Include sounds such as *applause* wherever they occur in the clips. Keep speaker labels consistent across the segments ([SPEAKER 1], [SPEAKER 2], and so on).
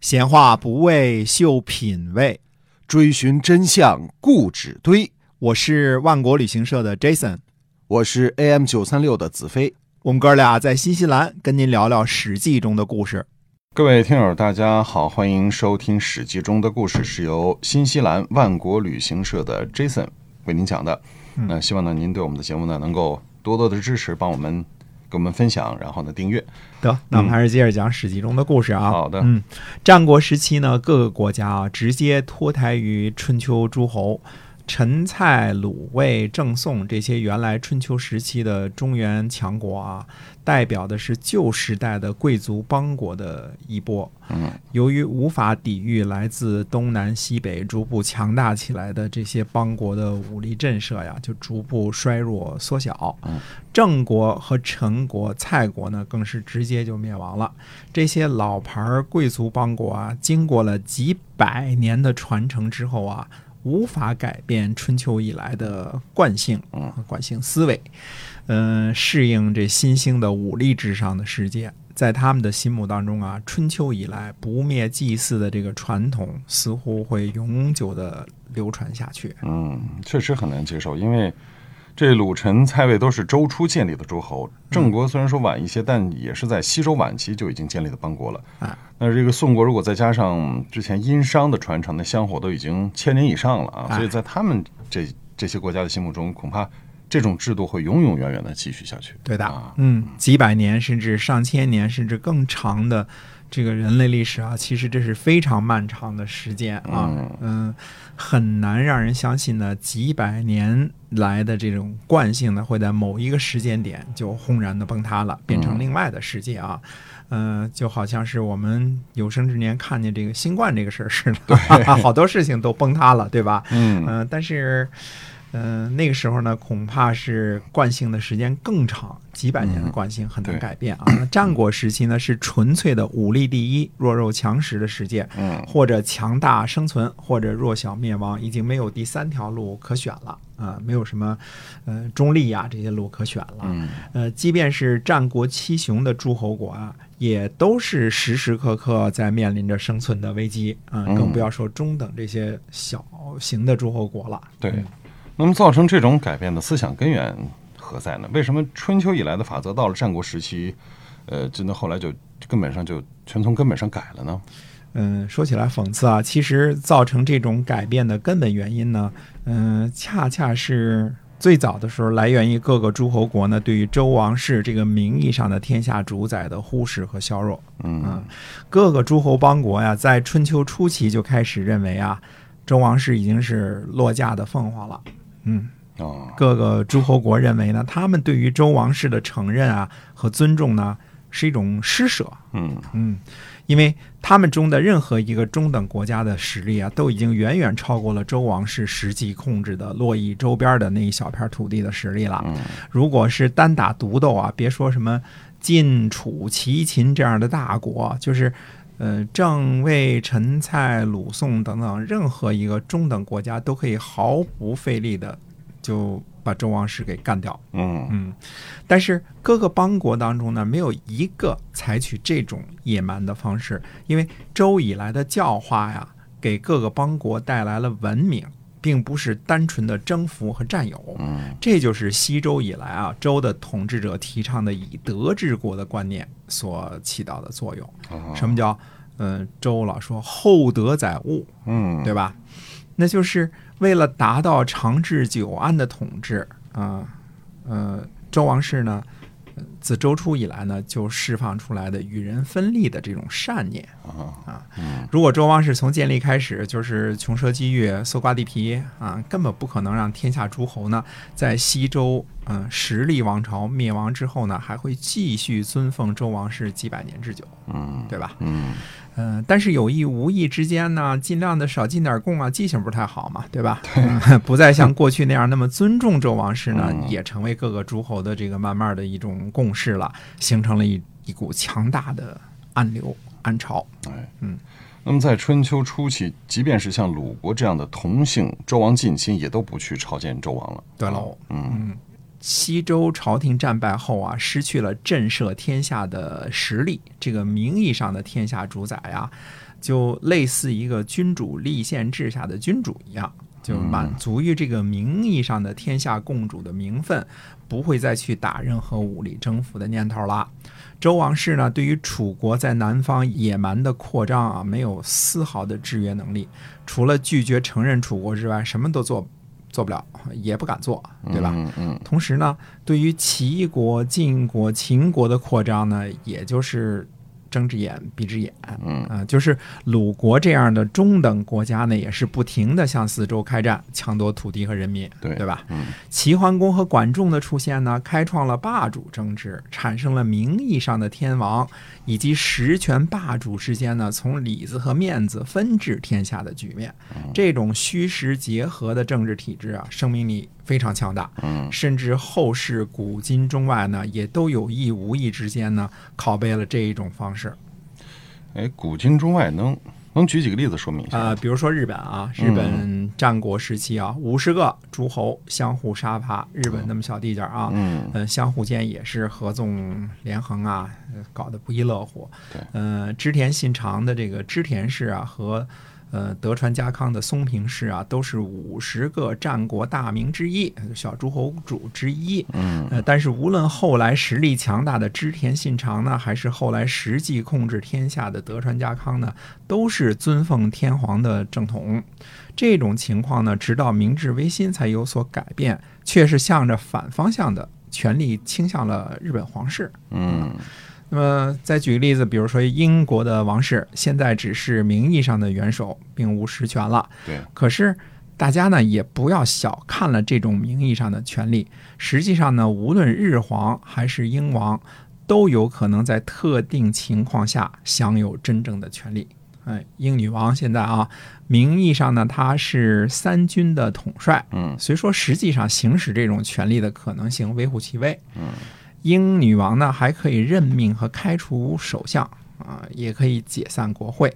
[SPEAKER 1] 闲话不为秀品味，
[SPEAKER 2] 追寻真相固执堆。
[SPEAKER 1] 我是万国旅行社的 Jason，
[SPEAKER 2] 我是 AM 九三六的子飞。
[SPEAKER 1] 我们哥俩在新西兰跟您聊聊《史记》中的故事。
[SPEAKER 2] 各位听友，大家好，欢迎收听《史记》中的故事，是由新西兰万国旅行社的 Jason 为您讲的。那希望呢，您对我们的节目呢能够多多的支持，帮我们给我们分享，然后呢订阅。
[SPEAKER 1] 得，那我们还是接着讲《史记》中的故事啊。
[SPEAKER 2] 嗯好的
[SPEAKER 1] 嗯，战国时期呢，各个国家啊直接脱胎于春秋诸侯。陈、蔡、鲁、卫、郑、宋这些原来春秋时期的中原强国啊，代表的是旧时代的贵族邦国的一波。
[SPEAKER 2] 嗯，
[SPEAKER 1] 由于无法抵御来自东南西北逐步强大起来的这些邦国的武力震慑呀，就逐步衰弱缩小。郑国和陈国、蔡国呢，更是直接就灭亡了。这些老牌儿贵族邦国啊，经过了几百年的传承之后啊，无法改变春秋以来的惯性，啊
[SPEAKER 2] 嗯，
[SPEAKER 1] 惯性思维，嗯、适应这新兴的武力至上的世界。在他们的心目当中啊，春秋以来不灭祭祀的这个传统，似乎会永久的流传下去。
[SPEAKER 2] 嗯，确实很难接受，因为这鲁、陈、蔡、魏都是周初建立的诸侯。郑国虽然说晚一些，但也是在西周晚期就已经建立的邦国了。
[SPEAKER 1] 啊
[SPEAKER 2] 那这个宋国如果再加上之前殷商的传承，那香火都已经千年以上了
[SPEAKER 1] 哎
[SPEAKER 2] 啊，所以在他们这这些国家的心目中，恐怕这种制度会永永远远的继续下去。
[SPEAKER 1] 对的
[SPEAKER 2] 啊，
[SPEAKER 1] 嗯，几百年甚至上千年甚至更长的这个人类历史啊，其实这是非常漫长的时间啊，嗯
[SPEAKER 2] 嗯
[SPEAKER 1] 很难让人相信呢，几百年来的这种惯性呢，会在某一个时间点就轰然的崩塌了，变成另外的世界啊。嗯、就好像是我们有生之年看见这个新冠这个事儿似的， *laughs* 好多事情都崩塌了，对吧？
[SPEAKER 2] 嗯
[SPEAKER 1] 嗯、但是，嗯、那个时候呢，恐怕是惯性的时间更长，几百年的惯性很难
[SPEAKER 2] 嗯对
[SPEAKER 1] 改变啊。那战国时期呢，是纯粹的武力第一、弱肉强食的世界，
[SPEAKER 2] 嗯
[SPEAKER 1] 或者强大生存，或者弱小灭亡，已经没有第三条路可选了啊、没有什么，呃，中立呀、这些路可选了。
[SPEAKER 2] 嗯
[SPEAKER 1] 呃，即便是战国七雄的诸侯国啊，也都是时时刻刻在面临着生存的危机啊、
[SPEAKER 2] 嗯
[SPEAKER 1] 更不要说中等这些小型的诸侯国了。
[SPEAKER 2] 对，那么造成这种改变的思想根源何在呢？为什么春秋以来的法则到了战国时期，呃，真的后来就根本上就全从根本上改了呢？
[SPEAKER 1] 嗯，说起来讽刺啊，其实造成这种改变的根本原因呢，嗯、恰恰是最早的时候来源于各个诸侯国呢对于周王室这个名义上的天下主宰的忽视和削弱。
[SPEAKER 2] 嗯
[SPEAKER 1] 各个诸侯邦国呀，在春秋初期就开始认为啊，周王室已经是落架的凤凰了。嗯，
[SPEAKER 2] 哦，
[SPEAKER 1] 各个诸侯国认为呢，他们对于周王室的承认啊和尊重呢，是一种施舍。
[SPEAKER 2] 嗯
[SPEAKER 1] 嗯，因为他们中的任何一个中等国家的实力啊，都已经远远超过了周王室实际控制的洛邑周边的那一小片土地的实力了。
[SPEAKER 2] 嗯
[SPEAKER 1] 如果是单打独斗啊，别说什么晋、楚、齐、秦这样的大国，啊就是。呃，郑、魏、陈、蔡、鲁、宋等等，任何一个中等国家都可以毫不费力的就把周王室给干掉。
[SPEAKER 2] 嗯
[SPEAKER 1] 嗯，但是各个邦国当中呢，没有一个采取这种野蛮的方式，因为周以来的教化呀，给各个邦国带来了文明，并不是单纯的征服和占有。
[SPEAKER 2] 嗯
[SPEAKER 1] 这就是西周以来啊，周的统治者提倡的以德治国的观念所起到的作用。
[SPEAKER 2] 哦
[SPEAKER 1] 什么叫？嗯，周老说厚德载物，
[SPEAKER 2] 嗯
[SPEAKER 1] 对吧？那就是为了达到长治久安的统治啊，呃，周王室呢，呃自周初以来呢，就释放出来的与人分利的这种善念。
[SPEAKER 2] 啊
[SPEAKER 1] 如果周王室从建立开始就是穷奢极欲、搜刮地皮啊，根本不可能让天下诸侯呢，在西周嗯、呃实力王朝灭亡之后呢，还会继续尊奉周王室几百年之久，
[SPEAKER 2] 嗯
[SPEAKER 1] 对吧？
[SPEAKER 2] 嗯
[SPEAKER 1] 嗯，但是有意无意之间呢，尽量的少进点贡啊，记性不太好嘛，对吧？嗯不再像过去那样那么尊重周王室呢，
[SPEAKER 2] 嗯
[SPEAKER 1] 也成为各个诸侯的这个慢慢的一种共识了，形成了一一股强大的暗流暗潮。
[SPEAKER 2] 哎
[SPEAKER 1] 嗯。
[SPEAKER 2] 那么在春秋初期，即便是像鲁国这样的同姓周王近亲，也都不去朝见周王了。
[SPEAKER 1] 对喽，
[SPEAKER 2] 嗯
[SPEAKER 1] 哦西周朝廷战败后啊，失去了震慑天下的实力，这个名义上的天下主宰啊，就类似一个君主立宪制下的君主一样，就满足于这个名义上的天下共主的名分，不会再去打任何武力征服的念头了。周王室呢，对于楚国在南方野蛮的扩张啊，没有丝毫的制约能力，除了拒绝承认楚国之外，什么都做做不了，也不敢做，对吧？
[SPEAKER 2] 嗯嗯
[SPEAKER 1] 同时呢，对于齐国、晋国、秦国的扩张呢，也就是睁只眼闭只眼，
[SPEAKER 2] 嗯
[SPEAKER 1] 啊、就是鲁国这样的中等国家呢，也是不停的向四周开战，抢夺土地和人民，
[SPEAKER 2] 对
[SPEAKER 1] 对吧？
[SPEAKER 2] 嗯
[SPEAKER 1] 齐桓公和管仲的出现呢，开创了霸主政治，产生了名义上的天王以及实权霸主之间呢，从里子和面子分治天下的局面。
[SPEAKER 2] 嗯
[SPEAKER 1] 这种虚实结合的政治体制啊，生命力非常强大。
[SPEAKER 2] 嗯
[SPEAKER 1] 甚至后世古今中外呢，也都有意无意之间呢拷贝了这一种方式。
[SPEAKER 2] 哎，古今中外能能举几个例子说明一下？
[SPEAKER 1] 呃，比如说日本啊，日本战国时期啊，
[SPEAKER 2] 嗯
[SPEAKER 1] 五十个诸侯相互杀伐，日本那么小地界儿啊，
[SPEAKER 2] 嗯
[SPEAKER 1] 呃，相互间也是合纵连横啊，呃搞得不亦乐乎
[SPEAKER 2] 对。
[SPEAKER 1] 呃，织田信长的这个织田氏啊和。呃，德川家康的松平氏啊，都是五十个战国大名之一，小诸侯主之一。
[SPEAKER 2] 嗯
[SPEAKER 1] 呃，但是无论后来实力强大的织田信长呢，还是后来实际控制天下的德川家康呢，都是尊奉天皇的正统。这种情况呢，直到明治维新才有所改变，却是向着反方向的权力倾向了日本皇室。
[SPEAKER 2] 嗯
[SPEAKER 1] 那么再举个例子，比如说英国的王室，现在只是名义上的元首，并无实权了。
[SPEAKER 2] 对，
[SPEAKER 1] 可是大家呢也不要小看了这种名义上的权利，实际上呢，无论日皇还是英王，都有可能在特定情况下享有真正的权利。哎，英女王现在啊，名义上呢她是三军的统帅，
[SPEAKER 2] 嗯
[SPEAKER 1] 虽说实际上行使这种权利的可能性微乎其微。嗯，英女王呢还可以任命和开除首相啊、也可以解散国会。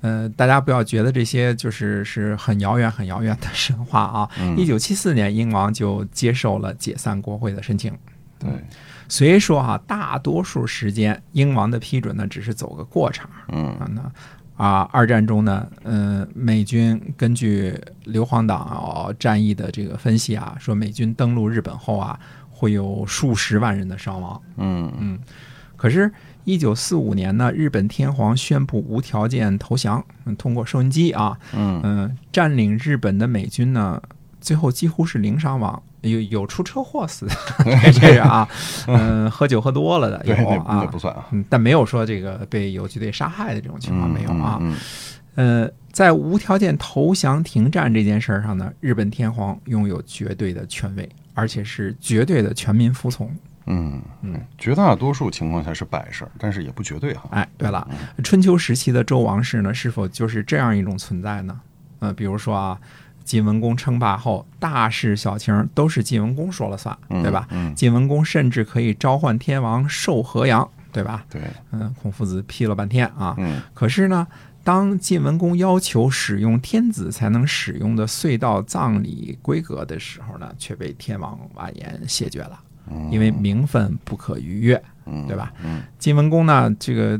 [SPEAKER 1] 呃，大家不要觉得这些就是是很遥远、很遥远的神话啊！
[SPEAKER 2] 嗯
[SPEAKER 1] 一九七四年，英王就接受了解散国会的申请。
[SPEAKER 2] 对，
[SPEAKER 1] 虽说啊，大多数时间英王的批准呢，只是走个过场
[SPEAKER 2] 嗯
[SPEAKER 1] 啊。那啊，二战中呢，嗯，美军根据硫磺岛、战役的这个分析啊，说美军登陆日本后啊，会有数十万人的伤亡。
[SPEAKER 2] 嗯
[SPEAKER 1] 可是，一九四五年呢，日本天皇宣布无条件投降，嗯通过收音机啊，
[SPEAKER 2] 嗯
[SPEAKER 1] 嗯、占领日本的美军呢，最后几乎是零伤亡，有有出车祸死
[SPEAKER 2] *laughs*
[SPEAKER 1] 的，这个啊，嗯、喝酒喝多了的有
[SPEAKER 2] 对，那那
[SPEAKER 1] 啊
[SPEAKER 2] 不，算啊，
[SPEAKER 1] 嗯，但没有说这个被游击队杀害的这种情况
[SPEAKER 2] 嗯
[SPEAKER 1] 没有啊，
[SPEAKER 2] 嗯嗯
[SPEAKER 1] 呃，在无条件投降停战这件事儿上呢，日本天皇拥有绝对的权威，而且是绝对的全民服从。
[SPEAKER 2] 嗯，
[SPEAKER 1] 嗯
[SPEAKER 2] 绝大多数情况下是摆事儿，但是也不绝对哈。
[SPEAKER 1] 哎，对了，
[SPEAKER 2] 嗯
[SPEAKER 1] 春秋时期的周王室呢，是否就是这样一种存在呢？呃，比如说啊，晋文公称霸后，大事小情都是晋文公说了算，
[SPEAKER 2] 嗯
[SPEAKER 1] 对吧？
[SPEAKER 2] 嗯，
[SPEAKER 1] 晋文公甚至可以召唤天王受河阳，对吧？
[SPEAKER 2] 对，
[SPEAKER 1] 嗯、孔夫子批了半天啊。
[SPEAKER 2] 嗯
[SPEAKER 1] 可是呢，当晋文公要求使用天子才能使用的隧道葬礼规格的时候呢，却被天王婉言谢绝了，因为名分不可逾越，
[SPEAKER 2] 嗯，
[SPEAKER 1] 对吧？
[SPEAKER 2] 嗯
[SPEAKER 1] 晋文公呢，这个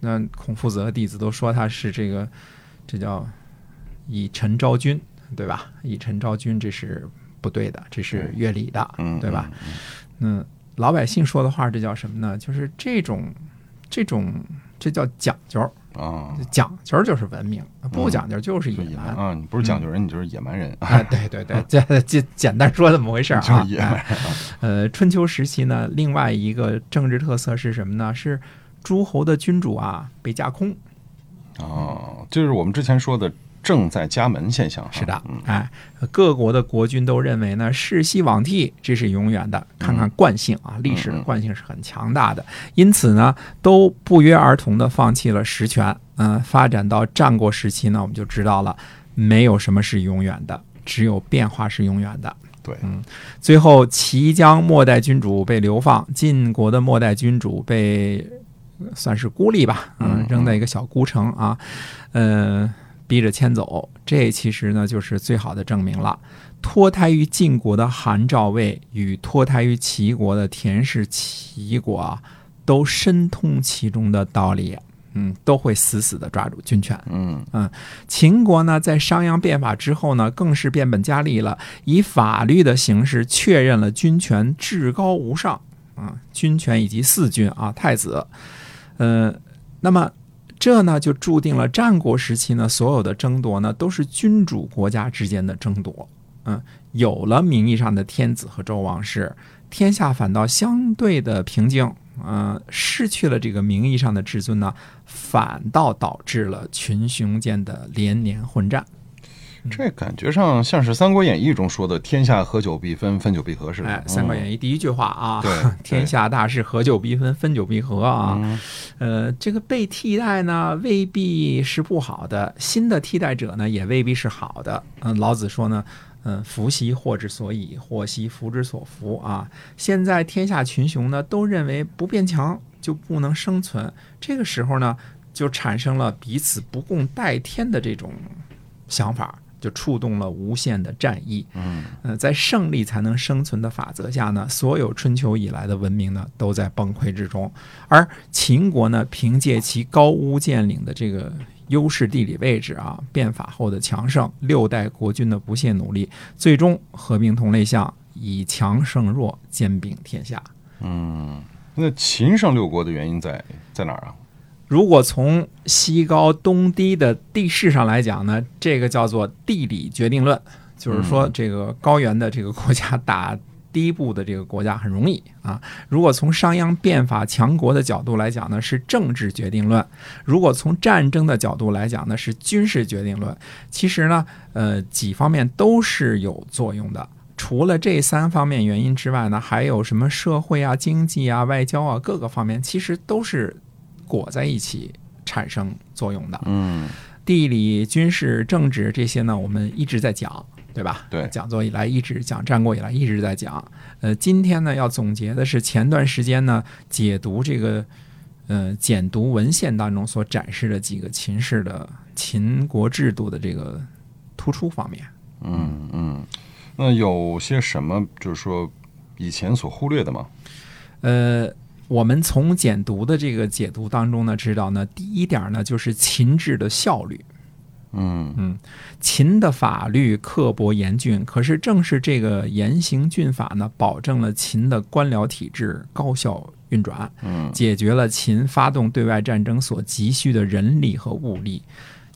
[SPEAKER 1] 那孔夫子和弟子都说他是这个，这叫以臣昭君，对吧？以臣昭君，这是不对的，这是越礼的，
[SPEAKER 2] 嗯，
[SPEAKER 1] 对吧？嗯，老百姓说的话，这叫什么呢？就是这种，这种，这叫讲究，
[SPEAKER 2] 嗯？啊，
[SPEAKER 1] 讲究就是文明，不讲究就是
[SPEAKER 2] 就
[SPEAKER 1] 野
[SPEAKER 2] 野蛮
[SPEAKER 1] 蛮。嗯
[SPEAKER 2] 啊，你不是讲究人，你就是野蛮人啊，
[SPEAKER 1] 啊，对对对，这这简单说这么回事儿
[SPEAKER 2] *laughs* 就
[SPEAKER 1] 啊
[SPEAKER 2] 是。野
[SPEAKER 1] 哎
[SPEAKER 2] 蛮人。
[SPEAKER 1] 呃，春秋时期呢，另外一个政治特色是什么呢？是诸侯的君主啊被架空。
[SPEAKER 2] 哦，就是我们之前说的正在家门现象。
[SPEAKER 1] 是的，
[SPEAKER 2] 嗯
[SPEAKER 1] 哎，各国的国君都认为呢，世袭罔替这是永远的。看看惯性啊，历史的惯性是很强大的，因此呢，都不约而同的放弃了实权。嗯、发展到战国时期呢，我们就知道了，没有什么是永远的，只有变化是永远的。嗯
[SPEAKER 2] 对，
[SPEAKER 1] 最后，齐将末代君主被流放，晋国的末代君主被呃算是孤立吧，嗯
[SPEAKER 2] 嗯，
[SPEAKER 1] 扔在一个小孤城啊，呃，逼着迁走。这其实呢，就是最好的证明了。脱胎于晋国的韩赵魏与脱胎于齐国的田氏齐国啊，都深通其中的道理。嗯，都会死死的抓住军权。
[SPEAKER 2] 嗯
[SPEAKER 1] 嗯，秦国呢，在商鞅变法之后呢，更是变本加厉了，以法律的形式确认了军权至高无上啊，军权以及四君啊，太子，呃，那么这呢，就注定了战国时期呢，所有的争夺呢，都是君主国家之间的争夺。嗯，有了名义上的天子和周王室，天下反倒相对的平静。嗯、失去了这个名义上的至尊呢，反倒导致了群雄间的连年混战。嗯
[SPEAKER 2] 这感觉上像是《三国演义》中说的“天下合久必分，分久必合”似的。嗯
[SPEAKER 1] 哎，《三国演
[SPEAKER 2] 义
[SPEAKER 1] 义》第一句话啊，
[SPEAKER 2] 哦
[SPEAKER 1] *laughs*
[SPEAKER 2] 对对
[SPEAKER 1] 天下大势，合久必分，分久必合”啊。
[SPEAKER 2] 嗯
[SPEAKER 1] 呃，这个被替代呢，未必是不好的；新的替代者呢，也未必是好的。嗯，老子说呢，嗯，福兮祸之所倚，祸兮福之所伏啊。现在天下群雄呢，都认为不变强就不能生存，这个时候呢，就产生了彼此不共戴天的这种想法，就触动了无限的战意。
[SPEAKER 2] 嗯，
[SPEAKER 1] 呃，在胜利才能生存的法则下呢，所有春秋以来的文明呢都在崩溃之中，而秦国呢，凭借其高屋建瓴的这个优势地理位置啊，变法后的强盛，六代国君的不懈努力，最终合并同类项，以强胜弱，兼并天下。
[SPEAKER 2] 那秦上六国的原因在在哪儿
[SPEAKER 1] 嗯
[SPEAKER 2] 啊？
[SPEAKER 1] 如果从西高东低的地势上来讲呢，这个叫做地理决定论，就是说这个高原的这个国家打低部的这个国家很容易啊。如果从商鞅变法强国的角度来讲呢，是政治决定论；如果从战争的角度来讲呢，是军事决定论。其实呢，呃，几方面都是有作用的。除了这三方面原因之外呢，还有什么社会啊、经济啊、外交啊各个方面，其实都是裹在一起产生作用的。
[SPEAKER 2] 嗯，
[SPEAKER 1] 地理、军事、政治这些呢，我们一直在讲，对吧？
[SPEAKER 2] 对
[SPEAKER 1] 讲座以来一直讲，战国以来一直在讲。呃，今天呢要总结的是前段时间呢解读这个。呃，简读文献当中所展示的几个秦式的秦国制度的这个突出方面，
[SPEAKER 2] 嗯嗯，那有些什么就是说以前所忽略的吗？
[SPEAKER 1] 呃，我们从简读的这个解读当中呢，知道呢，第一点呢就是秦制的效率。
[SPEAKER 2] 嗯
[SPEAKER 1] 秦的法律刻薄严峻，可是正是这个严刑峻法呢，保证了秦的官僚体制高效运转，
[SPEAKER 2] 嗯
[SPEAKER 1] 解决了秦发动对外战争所急需的人力和物力，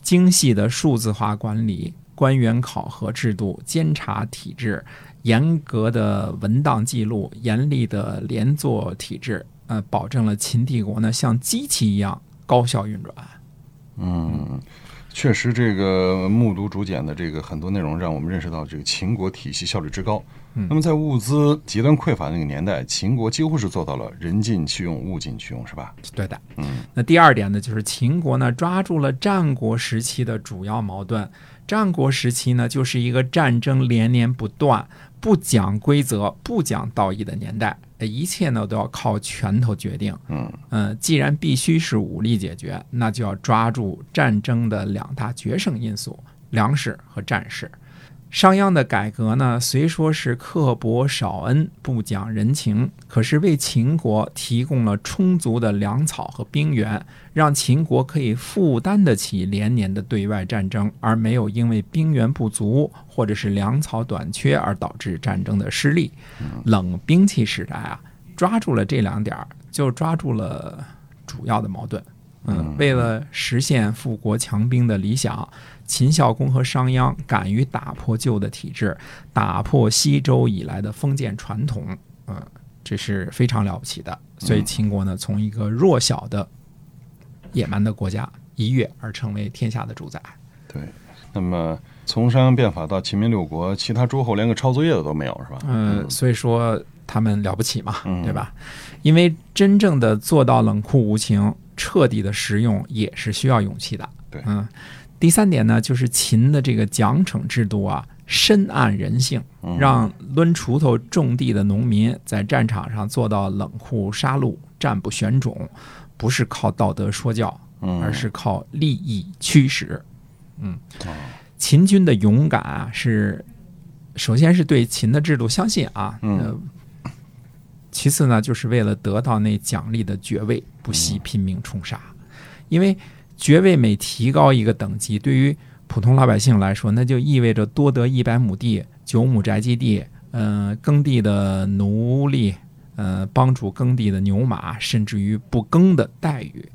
[SPEAKER 1] 精细的数字化管理、官员考核制度、监察体制、严格的文档记录、严厉的连坐体制，呃，保证了秦帝国呢像机器一样高效运转。
[SPEAKER 2] 嗯，确实，这个目睹竹简的这个很多内容，让我们认识到这个秦国体系效率之高。
[SPEAKER 1] 嗯
[SPEAKER 2] 那么在物资极端匮乏那个年代，秦国几乎是做到了人尽其用，物尽其用，是吧？
[SPEAKER 1] 对的，
[SPEAKER 2] 嗯。
[SPEAKER 1] 那第二点呢，就是秦国呢抓住了战国时期的主要矛盾。战国时期呢，就是一个战争连年不断、不讲规则、不讲道义的年代，呃一切呢都要靠拳头决定。
[SPEAKER 2] 嗯
[SPEAKER 1] 呃，既然必须是武力解决，那就要抓住战争的两大决胜因素：粮食和战事。商鞅的改革呢，虽说是刻薄少恩、不讲人情，可是为秦国提供了充足的粮草和兵源，让秦国可以负担得起连年的对外战争，而没有因为兵源不足或者是粮草短缺而导致战争的失利。冷兵器时代啊，抓住了这两点儿，就抓住了主要的矛盾。嗯，为了实现富国强兵的理想，秦孝公和商鞅敢于打破旧的体制，打破西周以来的封建传统，嗯、这是非常了不起的。所以秦国呢，从一个弱小的野蛮的国家一跃而成为天下的主宰。
[SPEAKER 2] 对。那么从商鞅变法到秦明六国，其他诸侯连个抄作业的都没有，是吧？
[SPEAKER 1] 嗯，所以说他们了不起嘛，
[SPEAKER 2] 嗯
[SPEAKER 1] 对吧？因为真正的做到冷酷无情、彻底的实用，也是需要勇气的。
[SPEAKER 2] 对
[SPEAKER 1] 嗯。第三点呢，就是秦的这个奖惩制度啊，深谙人性，
[SPEAKER 2] 嗯
[SPEAKER 1] 让抡锄头种地的农民在战场上做到冷酷杀戮、战不选种，不是靠道德说教，
[SPEAKER 2] 嗯
[SPEAKER 1] 而是靠利益驱使。嗯，
[SPEAKER 2] 哦
[SPEAKER 1] 秦军的勇敢啊，是首先是对秦的制度相信啊，
[SPEAKER 2] 嗯
[SPEAKER 1] 呃，
[SPEAKER 2] 嗯
[SPEAKER 1] 其次呢，就是为了得到那奖励的爵位，不惜拼命冲杀。因为爵位每提高一个等级，对于普通老百姓来说，那就意味着多得一百亩地、九亩宅基地，呃，耕地的奴隶，呃，帮主耕地的牛马，甚至于不耕的待遇。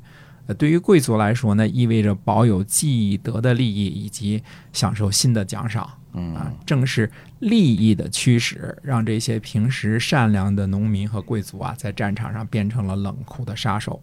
[SPEAKER 1] 呃，对于贵族来说呢，意味着保有既得的利益以及享受新的奖赏。啊，正是利益的驱使，让这些平时善良的农民和贵族啊，在战场上变成了冷酷的杀手。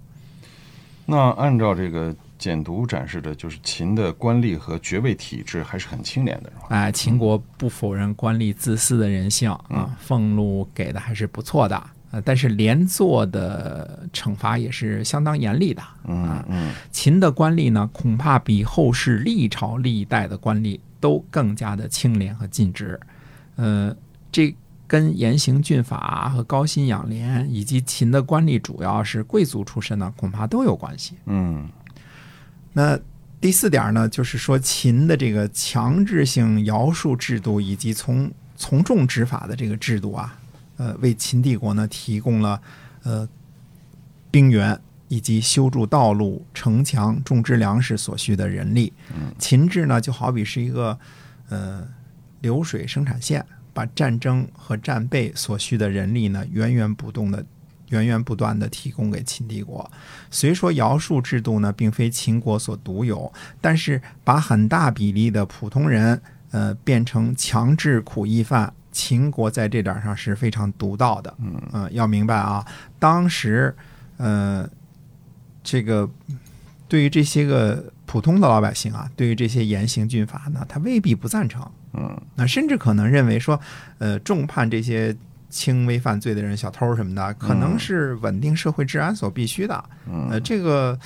[SPEAKER 2] 那按照这个简牍展示的，就是秦的官吏和爵位体制还是很清廉的，是吧？
[SPEAKER 1] 哎，秦国不否认官吏自私的人性啊，俸禄给的还是不错的。呃，但是连坐的惩罚也是相当严厉的。
[SPEAKER 2] 嗯嗯，
[SPEAKER 1] 秦的官吏呢，恐怕比后世历朝历代的官吏都更加的清廉和尽职。呃，这跟严刑峻法和高薪养廉，以及秦的官吏主要是贵族出身呢，恐怕都有关系。
[SPEAKER 2] 嗯
[SPEAKER 1] 那第四点呢，就是说秦的这个强制性徭戍制度以及从从重执法的这个制度啊，呃，为秦帝国呢提供了呃兵源以及修筑道路、城墙、种植粮食所需的人力。秦制呢，就好比是一个呃流水生产线，把战争和战备所需的人力呢，源源不动的。源源不断的提供给秦帝国，虽说徭戍制度呢并非秦国所独有，但是把很大比例的普通人呃变成强制苦役犯，秦国在这点儿上是非常独到的。嗯、要明白啊，当时呃这个对于这些个普通的老百姓啊，对于这些严刑峻法呢，他未必不赞成。
[SPEAKER 2] 嗯，
[SPEAKER 1] 那甚至可能认为说，呃，重判这些轻微犯罪的人、小偷什么的，可能是稳定社会治安所必须的。呃，这个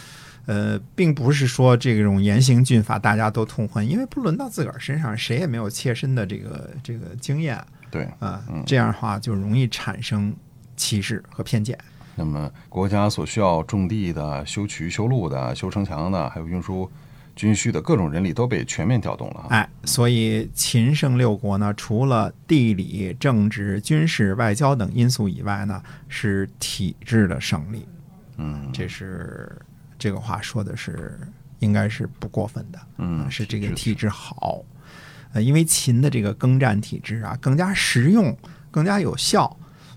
[SPEAKER 1] 呃，并不是说这种严刑峻法大家都痛恨，因为不轮到自个儿身上，谁也没有切身的这个这个经验啊、
[SPEAKER 2] 对。
[SPEAKER 1] 这样的话就容易产生歧视和偏见。
[SPEAKER 2] 那么国家所需要种地的、修渠、修路的、修城墙的，还有运输、军需的各种人力都被全面调动了啊。
[SPEAKER 1] 哎，所以秦胜六国呢，除了地理、政治、军事、外交等因素以外呢，是体制的胜利。
[SPEAKER 2] 嗯，
[SPEAKER 1] 这是这个话说的是应该是不过分的，
[SPEAKER 2] 嗯
[SPEAKER 1] 啊是这个
[SPEAKER 2] 体制
[SPEAKER 1] 体制好。呃，因为秦的这个耕战体制啊，更加实用，更加有效。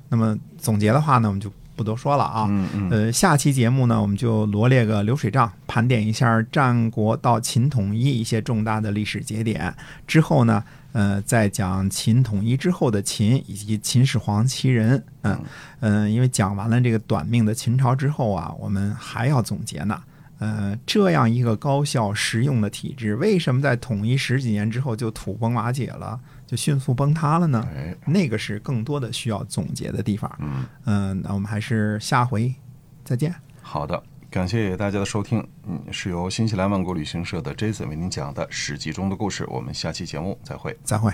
[SPEAKER 1] 那么总结的话呢，我们就不多说了啊。
[SPEAKER 2] 嗯嗯
[SPEAKER 1] 呃，下期节目呢，我们就罗列个流水账，盘点一下战国到秦统一一些重大的历史节点。之后呢，呃，再讲秦统一之后的秦以及秦始皇其人。嗯嗯、呃因为讲完了这个短命的秦朝之后啊，我们还要总结呢。呃，这样一个高效实用的体制，为什么在统一十几年之后就土崩瓦解了，就迅速崩塌了呢？
[SPEAKER 2] 哎，
[SPEAKER 1] 那个是更多的需要总结的地方。
[SPEAKER 2] 嗯
[SPEAKER 1] 嗯、那我们还是下回再见。
[SPEAKER 2] 好的，感谢大家的收听。嗯，是由新西兰万国旅行社的 Jason 为您讲的《史记》中的故事。我们下期节目再会。
[SPEAKER 1] 再会。